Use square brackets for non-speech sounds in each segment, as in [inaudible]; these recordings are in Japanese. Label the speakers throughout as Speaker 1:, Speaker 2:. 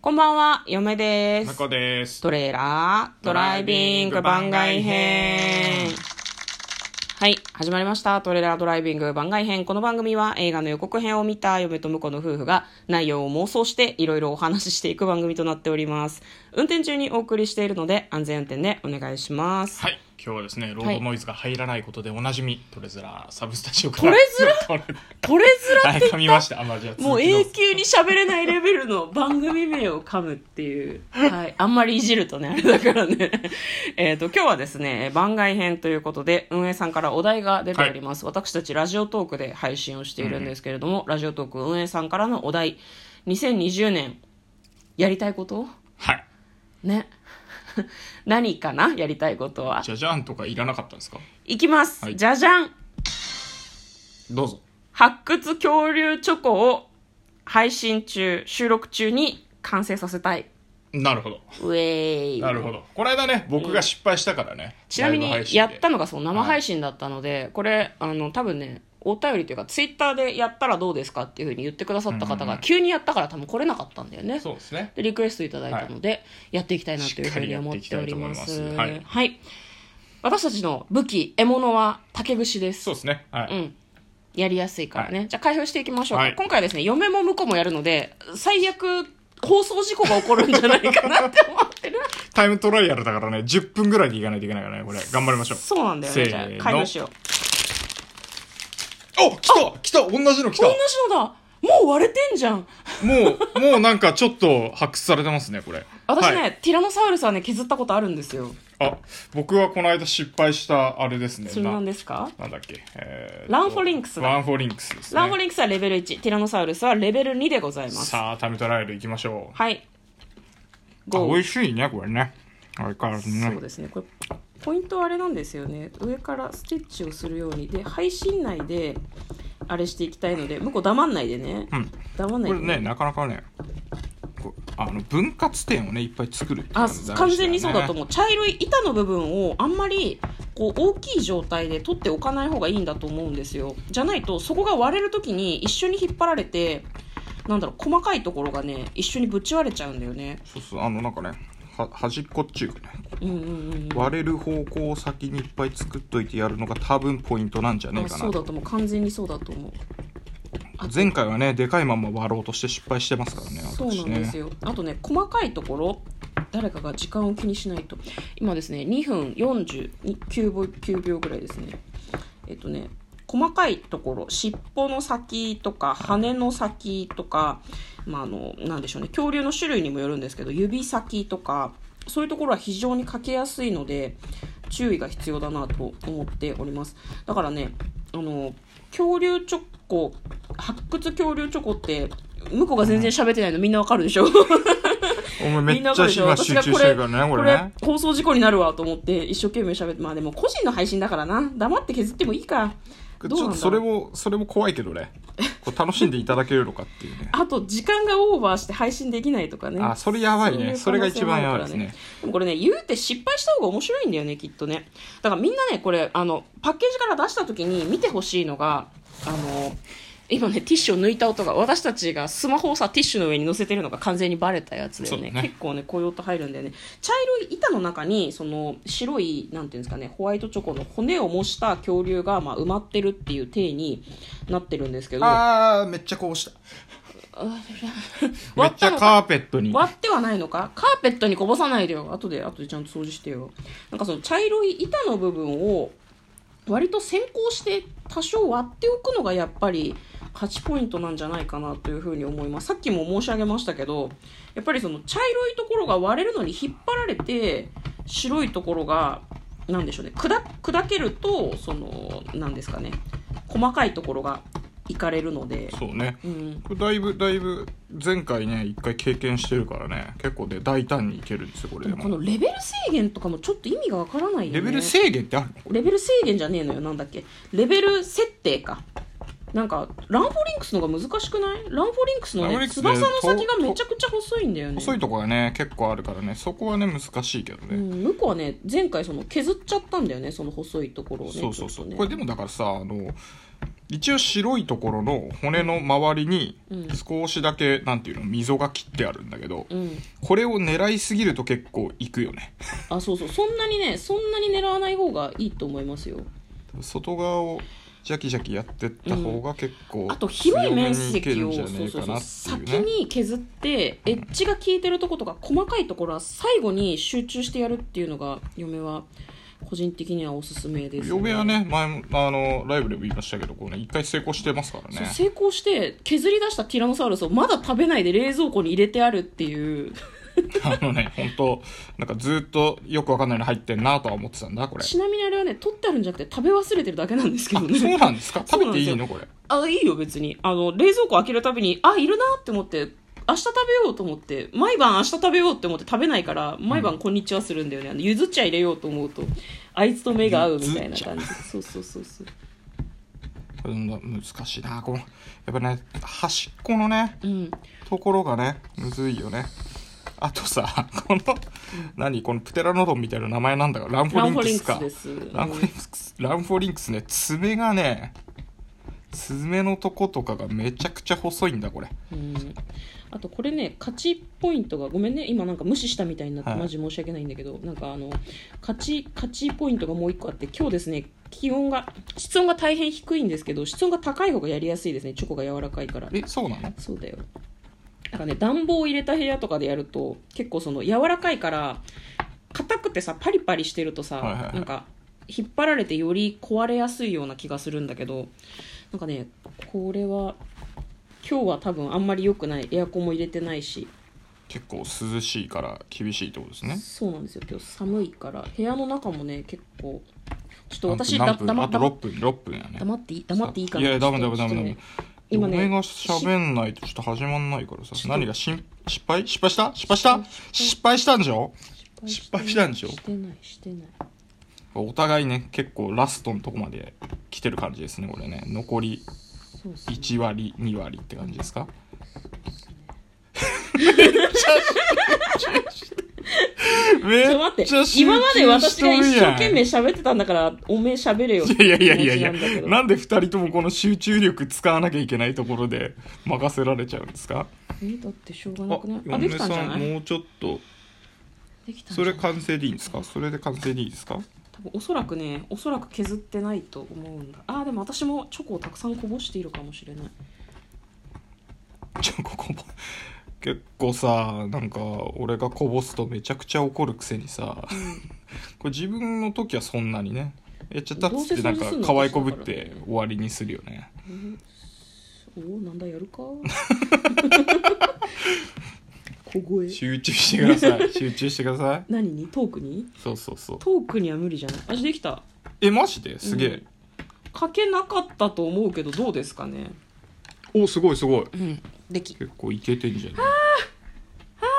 Speaker 1: こんばんは、嫁で。
Speaker 2: ますこです。
Speaker 1: トレーラードライビング番外編。はい、始まりました。トレーラードライビング番外編。この番組は映画の予告編を見た嫁と婿の夫婦が内容を妄想していろいろお話ししていく番組となっております。運転中にお送りしているので安全運転でお願いします。
Speaker 2: はい。今日はですね、ロードノイズが入らないことでおなじみ、トレズラサブスタジオから。
Speaker 1: トレズラ
Speaker 2: トレズ
Speaker 1: トレ
Speaker 2: ラ
Speaker 1: づ
Speaker 2: [laughs] は
Speaker 1: ら
Speaker 2: い、
Speaker 1: って
Speaker 2: 噛みました。あ、まあ、じゃあ
Speaker 1: もう
Speaker 2: 続
Speaker 1: 永
Speaker 2: きど
Speaker 1: 久
Speaker 2: ぞ
Speaker 1: に喋れないレベルの番組名を噛むっていう。はい。 [laughs] あんまりいじるとね、あれだからね。 [laughs] えっと、今日はですね、番外編ということで、運営さんからお題が出ております。私たちラジオトークで配信をしているんですけれども、ラジオトーク運営さんからのお題、2020年、やりたいこと
Speaker 2: はい。
Speaker 1: ね。 [laughs] 何かなやりたいことは。
Speaker 2: じゃじゃんとかいらなかったんですか
Speaker 1: いきます。
Speaker 2: はい
Speaker 1: じゃじゃん
Speaker 2: どうぞ。
Speaker 1: 発掘恐竜チョコを配信中、収録中に完成させたい。
Speaker 2: なるほど。
Speaker 1: ウェーイ
Speaker 2: なるほど。この間ね、僕が失敗したからね。
Speaker 1: ちなみに
Speaker 2: ライブ配信
Speaker 1: や
Speaker 2: で
Speaker 1: ったのがそう生配信だったので、これあの多分ねお便りというかツイッターでやったらどうですかっていうふうに言ってくださった方
Speaker 2: うんうんう
Speaker 1: が
Speaker 2: ん
Speaker 1: 急にやったから多分来れなかったんだよね
Speaker 2: そうですね。
Speaker 1: でリクエストいただいたので、やっていきたいなというふうに思っておりま
Speaker 2: しっ
Speaker 1: す
Speaker 2: かりやっていきたいと思います
Speaker 1: はい、私たちの武器獲物は竹串です
Speaker 2: そうですね。は
Speaker 1: う
Speaker 2: い。
Speaker 1: ん。やりやすいからね。じゃあ開封していきましょうか。
Speaker 2: はい
Speaker 1: 今回はですね、嫁も婿もやるので、最悪、放送事故が起こるんじゃないかなって思ってる。
Speaker 2: タイムトライアルだからね、10分ぐらいでいかないといけないからね、これ。頑張りましょう。
Speaker 1: そうなんだよね。
Speaker 2: せ
Speaker 1: じゃ
Speaker 2: ーの
Speaker 1: あ開封しよう。
Speaker 2: お来た来た同じの来た
Speaker 1: 同じのだもう割れてんじゃん
Speaker 2: もう、もうなんかちょっと発掘されてますね、これ。
Speaker 1: 私ね、
Speaker 2: はい
Speaker 1: ティラノサウルスはね削ったことあるんですよ
Speaker 2: あ、僕はこの間失敗したあれですね。
Speaker 1: それなんですか
Speaker 2: なんだっけ、え
Speaker 1: ランフォリンクスだ
Speaker 2: ランフォリンクスです、ね。
Speaker 1: ランフォリンクスはレベル1ティラノサウルスはレベル2でございます
Speaker 2: さあ、タイムトライアル行きましょ
Speaker 1: はい
Speaker 2: う。あ美
Speaker 1: 5
Speaker 2: 味しいね、これね。相変わらずね
Speaker 1: そう。ですねこれポイントはあれなんですよね上からステッチをするようにで配信内であれしていきたいので向こう黙んないでね、
Speaker 2: うん。
Speaker 1: 黙んない
Speaker 2: こ
Speaker 1: で
Speaker 2: れね、なかなかね、こうあの分割点をね、いっぱい作るっていうのが
Speaker 1: あ
Speaker 2: 大事だよね
Speaker 1: 完全にそうだと思う茶色い板の部分をあんまりこう大きい状態で取っておかない方がいいんだと思うんですよじゃないとそこが割れる時に一緒に引っ張られてなんだろう細かいところがね一緒にぶち割れちゃうんだよね
Speaker 2: そうそう、あの、なんかね、は端っこっちゅうかね、
Speaker 1: うんうんうん
Speaker 2: 割れる方向を先にいっぱい作っといてやるのが多分ポイントなんじゃね
Speaker 1: あ
Speaker 2: え
Speaker 1: そ
Speaker 2: か
Speaker 1: う
Speaker 2: な
Speaker 1: だ
Speaker 2: と
Speaker 1: と思う完全にそうだと思う
Speaker 2: 前回はねでかいまま割ろうとして失敗してますからね
Speaker 1: そうなんですよ、あとね細かいところ誰かが時間を気にしないと今ですね2分49秒 ,9 秒ぐらいですねえっとね細かいところ尻尾の先とか羽の先とか、まあ、あのなんでしょうね恐竜の種類にもよるんですけど指先とかそういうところは非常にかけやすいので注意が必要だなと思っておりますだからねあの恐竜チョコ発掘恐竜チョコって向こうが全然喋ってないのみんなわかるでしょ
Speaker 2: お前め
Speaker 1: [laughs] み
Speaker 2: っ
Speaker 1: ん
Speaker 2: ち
Speaker 1: な
Speaker 2: ゃ
Speaker 1: わか
Speaker 2: 今
Speaker 1: るで
Speaker 2: 集
Speaker 1: しょ私
Speaker 2: 中
Speaker 1: がこ
Speaker 2: して
Speaker 1: れ
Speaker 2: るからね
Speaker 1: こ
Speaker 2: こ
Speaker 1: れ
Speaker 2: れね
Speaker 1: 放送事故になるわと思って一生懸命喋ってまあでも個人の配信だからな黙って削ってもいいか
Speaker 2: ちょっ
Speaker 1: どうなん
Speaker 2: と
Speaker 1: だ
Speaker 2: それ
Speaker 1: ろう
Speaker 2: もそれも怖いけどねこう楽しんでいただけるのかっていうね
Speaker 1: あと時間がオーバーして配信できないとか [laughs] ね
Speaker 2: あそれやばいね
Speaker 1: そ
Speaker 2: そう
Speaker 1: いう
Speaker 2: れ
Speaker 1: 可能性
Speaker 2: が一
Speaker 1: もあ
Speaker 2: 番
Speaker 1: る
Speaker 2: や
Speaker 1: か
Speaker 2: ばい
Speaker 1: らね
Speaker 2: ですね
Speaker 1: でもこれね言うて失敗した方が面白いんだよねきっとねだからみんなねこれあのパッケージから出した時に見てほしいのがあの今ねティッシュを抜いた音が私たちがスマホをさティッシュの上に乗せてるのが完全にバレたやつだよね
Speaker 2: そうだね
Speaker 1: 結構ねこういう音入るんだよね茶色い板の中にその白いなんていうんですかねホワイトチョコの骨を模した恐竜が、まあ、埋まってるっていう体になってるんですけど
Speaker 2: あーめっちゃこうしためっちゃカーペットに
Speaker 1: 割ってはないのかカーペットにこぼさないでよ後で後でちゃんと掃除してよなんかその茶色い板の部分を割と先行して多少割っておくのがやっぱり勝ちポイントなんじゃないかなというふうに思いますさっきも申し上げましたけどやっぱりその茶色いところが割れるのに引っ張られて白いところがなんでしょうね砕砕けるとそのなんですかね細かいところがいかれるので、
Speaker 2: そうね
Speaker 1: うん、
Speaker 2: これだいぶだいぶ前回ね一回経験してるからね結構で大胆にいけるんですよこれ
Speaker 1: で
Speaker 2: で
Speaker 1: もこ
Speaker 2: も
Speaker 1: のレベル制限とかもちょっと意味がわからないよね
Speaker 2: レベル制限ってあるの
Speaker 1: レベル制限じゃねえのよなんだっけレベル設定かなんかランフォリンクスのが難しくないランフォリンクスの
Speaker 2: ランフォ
Speaker 1: ね
Speaker 2: リンクスね
Speaker 1: 翼の先がめちゃくちゃ細いんだよね
Speaker 2: 細いとこがね結構あるからねそこはね難しいけど
Speaker 1: う
Speaker 2: ね、
Speaker 1: ん、向こうはね前回その削っちゃったんだよねその細いところをね
Speaker 2: そうそうそう、
Speaker 1: ちょっ
Speaker 2: こと
Speaker 1: ね
Speaker 2: れでもだからさあの一応白いところの骨の周りに
Speaker 1: うん
Speaker 2: 少しだけ、なんていうの溝が切ってあるんだけど
Speaker 1: うん
Speaker 2: これを狙いすぎると結構いくよね
Speaker 1: あそうそうそんなにねそんなに狙わない方がいいと思いますよ
Speaker 2: 外側をジャキジャキやってった方が結構、
Speaker 1: あと広い面
Speaker 2: 強
Speaker 1: 積
Speaker 2: め
Speaker 1: を
Speaker 2: にいけ
Speaker 1: そ
Speaker 2: るんじゃ
Speaker 1: う
Speaker 2: ねえ
Speaker 1: そう
Speaker 2: か
Speaker 1: そ
Speaker 2: な
Speaker 1: う
Speaker 2: って
Speaker 1: 先
Speaker 2: いうね
Speaker 1: に削ってエッジが効いてるとことか細かいところは最後に集中してやるっていうのが嫁は個人的にはおすすめです、
Speaker 2: 嫁はね前もあのライブでも言いましたけどこうね一回成功してますから
Speaker 1: そう
Speaker 2: ね
Speaker 1: 成功して削り出したティラノサウルスをまだ食べないで冷蔵庫に入れてあるっていう
Speaker 2: [laughs] あのね、本当なんかずっとよくわかんないの入ってんなとは思ってたんだ、これ。
Speaker 1: ちなみにあれはね取ってあるんじゃなくて食べ忘れてるだけなんですけどね
Speaker 2: あ、そうなんですか
Speaker 1: [laughs] そう
Speaker 2: 食
Speaker 1: なん
Speaker 2: べて
Speaker 1: です
Speaker 2: い
Speaker 1: よ
Speaker 2: いのこれ。
Speaker 1: あいいよ別にあの冷蔵庫開けるたびにあいるなって思って明日食べようと思って毎晩明日食べようって思って食べないから毎晩こんにちはするんだよね、あのゆず茶入れようと思うとあいつと目が合うみたいな感じそうそうそうそう
Speaker 2: うん難しいな、この、やっぱね、端っこのね、
Speaker 1: うん
Speaker 2: ところがね、むずいよね。あとさ、この、何このプテラノドンみたいな名前なんだが、ランフォ
Speaker 1: ラ
Speaker 2: リ
Speaker 1: ン
Speaker 2: ン
Speaker 1: フォ
Speaker 2: ク
Speaker 1: リン
Speaker 2: ス
Speaker 1: クス
Speaker 2: か
Speaker 1: で。す
Speaker 2: ランフォリンクス、ランフォリンクスね、爪がね、爪のとことかがめちゃくちゃ細いんだ、これ。
Speaker 1: うんあとこれね勝ちポイントがごめんね今なんか無視したみたいになって、
Speaker 2: はい
Speaker 1: マジ申し訳ないんだけどなんかあの勝ち勝ちポイントがもう一個あって今日ですね気温が室温が大変低いんですけど室温が高い方がやりやすいですねチョコが柔らかいから
Speaker 2: え、そうなの
Speaker 1: そうだよなんかね暖房を入れた部屋とかでやると結構その柔らかいから硬くてさパリパリしてるとさ、
Speaker 2: はいはいはい
Speaker 1: なんか引っ張られてより壊れやすいような気がするんだけどなんかねこれは今日は多分あんまり良くないエアコンも入れてないし
Speaker 2: 結構涼しいから厳しいってことですね。
Speaker 1: そうなんですよ今日寒いから部屋の中もね結構ちょっと
Speaker 2: あと
Speaker 1: 私だ
Speaker 2: 何分
Speaker 1: 黙
Speaker 2: あ
Speaker 1: って
Speaker 2: と6分、6分やね。
Speaker 1: 黙っていい黙っていいかない
Speaker 2: やいやダメダメ
Speaker 1: ちょっと
Speaker 2: ダメ
Speaker 1: ね
Speaker 2: ダメ
Speaker 1: 今ね
Speaker 2: 俺が喋んないとちょっと始まんないからさ
Speaker 1: ちょっと
Speaker 2: 何がしん失敗失敗した失敗した失敗したんでしょ失敗したんでしょ
Speaker 1: してないしてない
Speaker 2: お互いね結構ラストのとこまで来てる感じですねこれね残り
Speaker 1: そうそう
Speaker 2: 1割2割って感じですかめっ
Speaker 1: ちょっと待っ
Speaker 2: ちゃ集中
Speaker 1: て
Speaker 2: し
Speaker 1: 今まで私が一生懸
Speaker 2: とる
Speaker 1: 命喋ってたんだからおめえ喋れよって
Speaker 2: やんいやいやいやいや
Speaker 1: 気持ちなんだけど
Speaker 2: なんで2人ともこの集中力使わなきゃいけないところで任せられちゃうんですか
Speaker 1: えだってしょうがな
Speaker 2: あ
Speaker 1: くないあで
Speaker 2: 嫁
Speaker 1: きたんじゃ
Speaker 2: さ
Speaker 1: なんい
Speaker 2: もうちょっと
Speaker 1: できたんじ
Speaker 2: そ
Speaker 1: ゃな
Speaker 2: れ
Speaker 1: い
Speaker 2: 完成でいいんですかそれで完成でいいですか
Speaker 1: 多分おそらくねおそらく削ってないと思うんだあーでも私もチョコをたくさんこぼしているかもしれない
Speaker 2: じゃあここも結構さなんか俺がこぼすとめちゃくちゃ怒るくせにさこれ自分の時はそんなにねやっちゃったっつっ
Speaker 1: ど
Speaker 2: てな
Speaker 1: うんせ掃除
Speaker 2: か
Speaker 1: すんの
Speaker 2: 可愛いこぶって終わりにするよね
Speaker 1: うん、おおなんだやるか
Speaker 2: [laughs]
Speaker 1: 小声
Speaker 2: 集中してくださ
Speaker 1: [laughs]
Speaker 2: い集中してください
Speaker 1: 何にトークに
Speaker 2: そうそうそう
Speaker 1: トークには無理じゃないあできた
Speaker 2: えマジですげえ、
Speaker 1: 書けなかったと思うけどどうですかね
Speaker 2: おすごいすごい
Speaker 1: うんでき
Speaker 2: 結構いけてんじゃな
Speaker 1: あ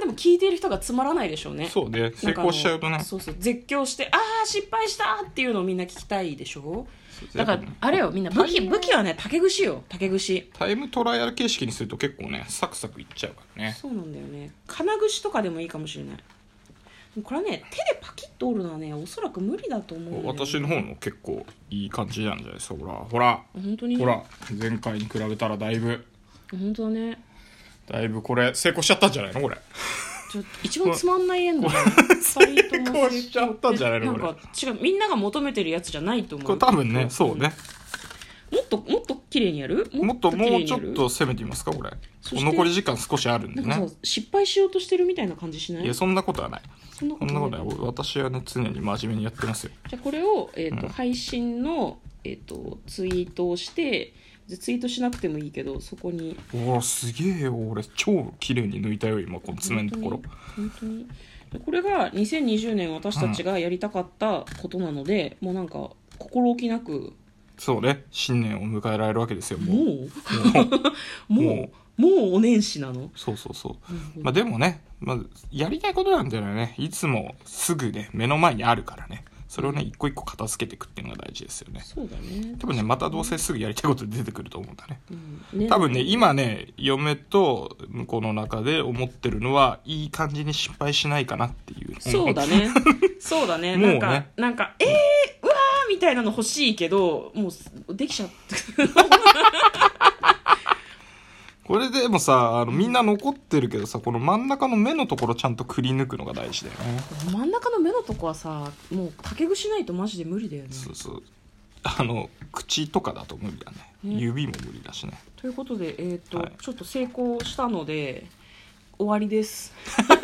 Speaker 1: でも聞いている人がつまらないでしょうね
Speaker 2: いそうね成
Speaker 1: なんかあの
Speaker 2: 功しちゃうとね
Speaker 1: そうそう絶叫してああ失敗したっていうのをみんな聞きたいでしょだからあれよみんな武器武器はね竹串よ竹串
Speaker 2: タイムトライアル形式にすると結構ねサクサクいっちゃうからね
Speaker 1: そうなんだよね金串とかでもいいかもしれないでもこれはね手でパキッと折るのはねおそらく無理だと思うんだよね、
Speaker 2: 私の方の結構いい感じなんじゃないですかほらほら
Speaker 1: 本当に
Speaker 2: ほら前回に比べたらだいぶ
Speaker 1: 本当だね
Speaker 2: だいぶこれ成功しちゃったんじゃないのこれ
Speaker 1: ちょ一番つまんないエンドだね2人とも
Speaker 2: 成功しちゃったんじゃないの
Speaker 1: なんか違うみんなが求めてるやつじゃないと思う
Speaker 2: これ多分ねそうね
Speaker 1: もっともっと綺麗にやる
Speaker 2: もっと
Speaker 1: 綺
Speaker 2: も
Speaker 1: 麗
Speaker 2: う
Speaker 1: に
Speaker 2: ちょ
Speaker 1: や
Speaker 2: っ
Speaker 1: る
Speaker 2: と攻めてみますかこれ
Speaker 1: そして
Speaker 2: 残り時間少しあるんで
Speaker 1: なんか
Speaker 2: ね
Speaker 1: さ失敗しようとしてるみたいな感じしない
Speaker 2: いやそんなことはない
Speaker 1: そんな
Speaker 2: そ
Speaker 1: こ
Speaker 2: ん
Speaker 1: とな
Speaker 2: なこ
Speaker 1: い
Speaker 2: とはない私はね常に真面目にやってますよ
Speaker 1: じゃあこれを、えーと
Speaker 2: うん
Speaker 1: 配信の、えー、とツイートをしてでツイートしなくてもいいけどそこに
Speaker 2: おおすげえよ俺超綺麗に抜いたよ今この爪のところ
Speaker 1: 本当にでこれが2020年私たちがやりたかったことなので、もうなんか心置きなく
Speaker 2: そうね新年を迎えられるわけですよもう
Speaker 1: もうもう
Speaker 2: も
Speaker 1: もうお年始なの
Speaker 2: そうそうそうまあでもね、まあ、やりたいことなんだよねいつもすぐね目の前にあるからねそれをね一個一個片付けていくっていうのが大事ですよね
Speaker 1: そうだね
Speaker 2: 多分ねまたどうせすぐやりたいこと出てくると思うんだね
Speaker 1: うんね
Speaker 2: 多分ね今ね嫁と向こうの中で思ってるのはいい感じに失敗しないかなっていう
Speaker 1: そうだねそうだね
Speaker 2: もう
Speaker 1: な
Speaker 2: ね
Speaker 1: んかなんかえー、うわーみたいなの欲しいけどもうすできちゃった
Speaker 2: [laughs] これでもさあのみんな残ってるけどさこの真ん中の目のところちゃんとくり抜くのが大事だよね
Speaker 1: 真ん中の目のとこはさもう竹串ないとマジで無理だよね
Speaker 2: そうそうあの口とかだと無理だね
Speaker 1: ね
Speaker 2: 指も無理だしね
Speaker 1: ということでえっ、と、
Speaker 2: はい
Speaker 1: ちょっと成功したので終わりです
Speaker 2: [laughs]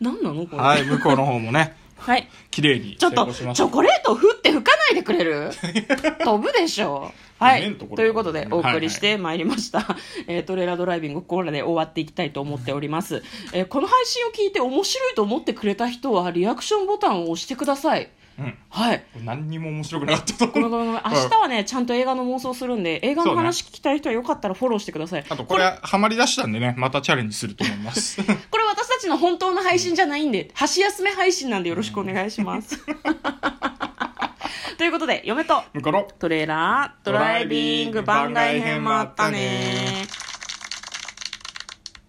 Speaker 1: 何なのこれ
Speaker 2: はい向こうの方もね
Speaker 1: はい
Speaker 2: 綺麗に
Speaker 1: ち
Speaker 2: 成
Speaker 1: ょっと、
Speaker 2: 功し
Speaker 1: チ
Speaker 2: ました
Speaker 1: ョコレート降って吹かないでくれ
Speaker 2: [laughs]
Speaker 1: る飛ぶでしょ。は
Speaker 2: 面
Speaker 1: い。
Speaker 2: のところ
Speaker 1: ということで、お送りしてまいりました。えートレーラードライビング、ここらで終わっていきたいと思っております。えーこの配信を聞いて面白いと思ってくれた人は、リアクションボタンを押してください。
Speaker 2: うん
Speaker 1: はい。
Speaker 2: 何にも面白くなかったと
Speaker 1: ごめ
Speaker 2: 思
Speaker 1: ん
Speaker 2: う
Speaker 1: ごめんごめん明日はね、ちゃんと映画の妄想するんで、映画の話聞きたい人はよかったらフォローしてください。
Speaker 2: あとこれはまりだしたんでねまたチャレンジすると思います
Speaker 1: [laughs] これ私たちの本当の配信じゃないんで、箸休め配信なんでよろしくお願いします。 [laughs] ということで、嫁と
Speaker 2: 向こうの
Speaker 1: トレーラードライビング番外編もあったね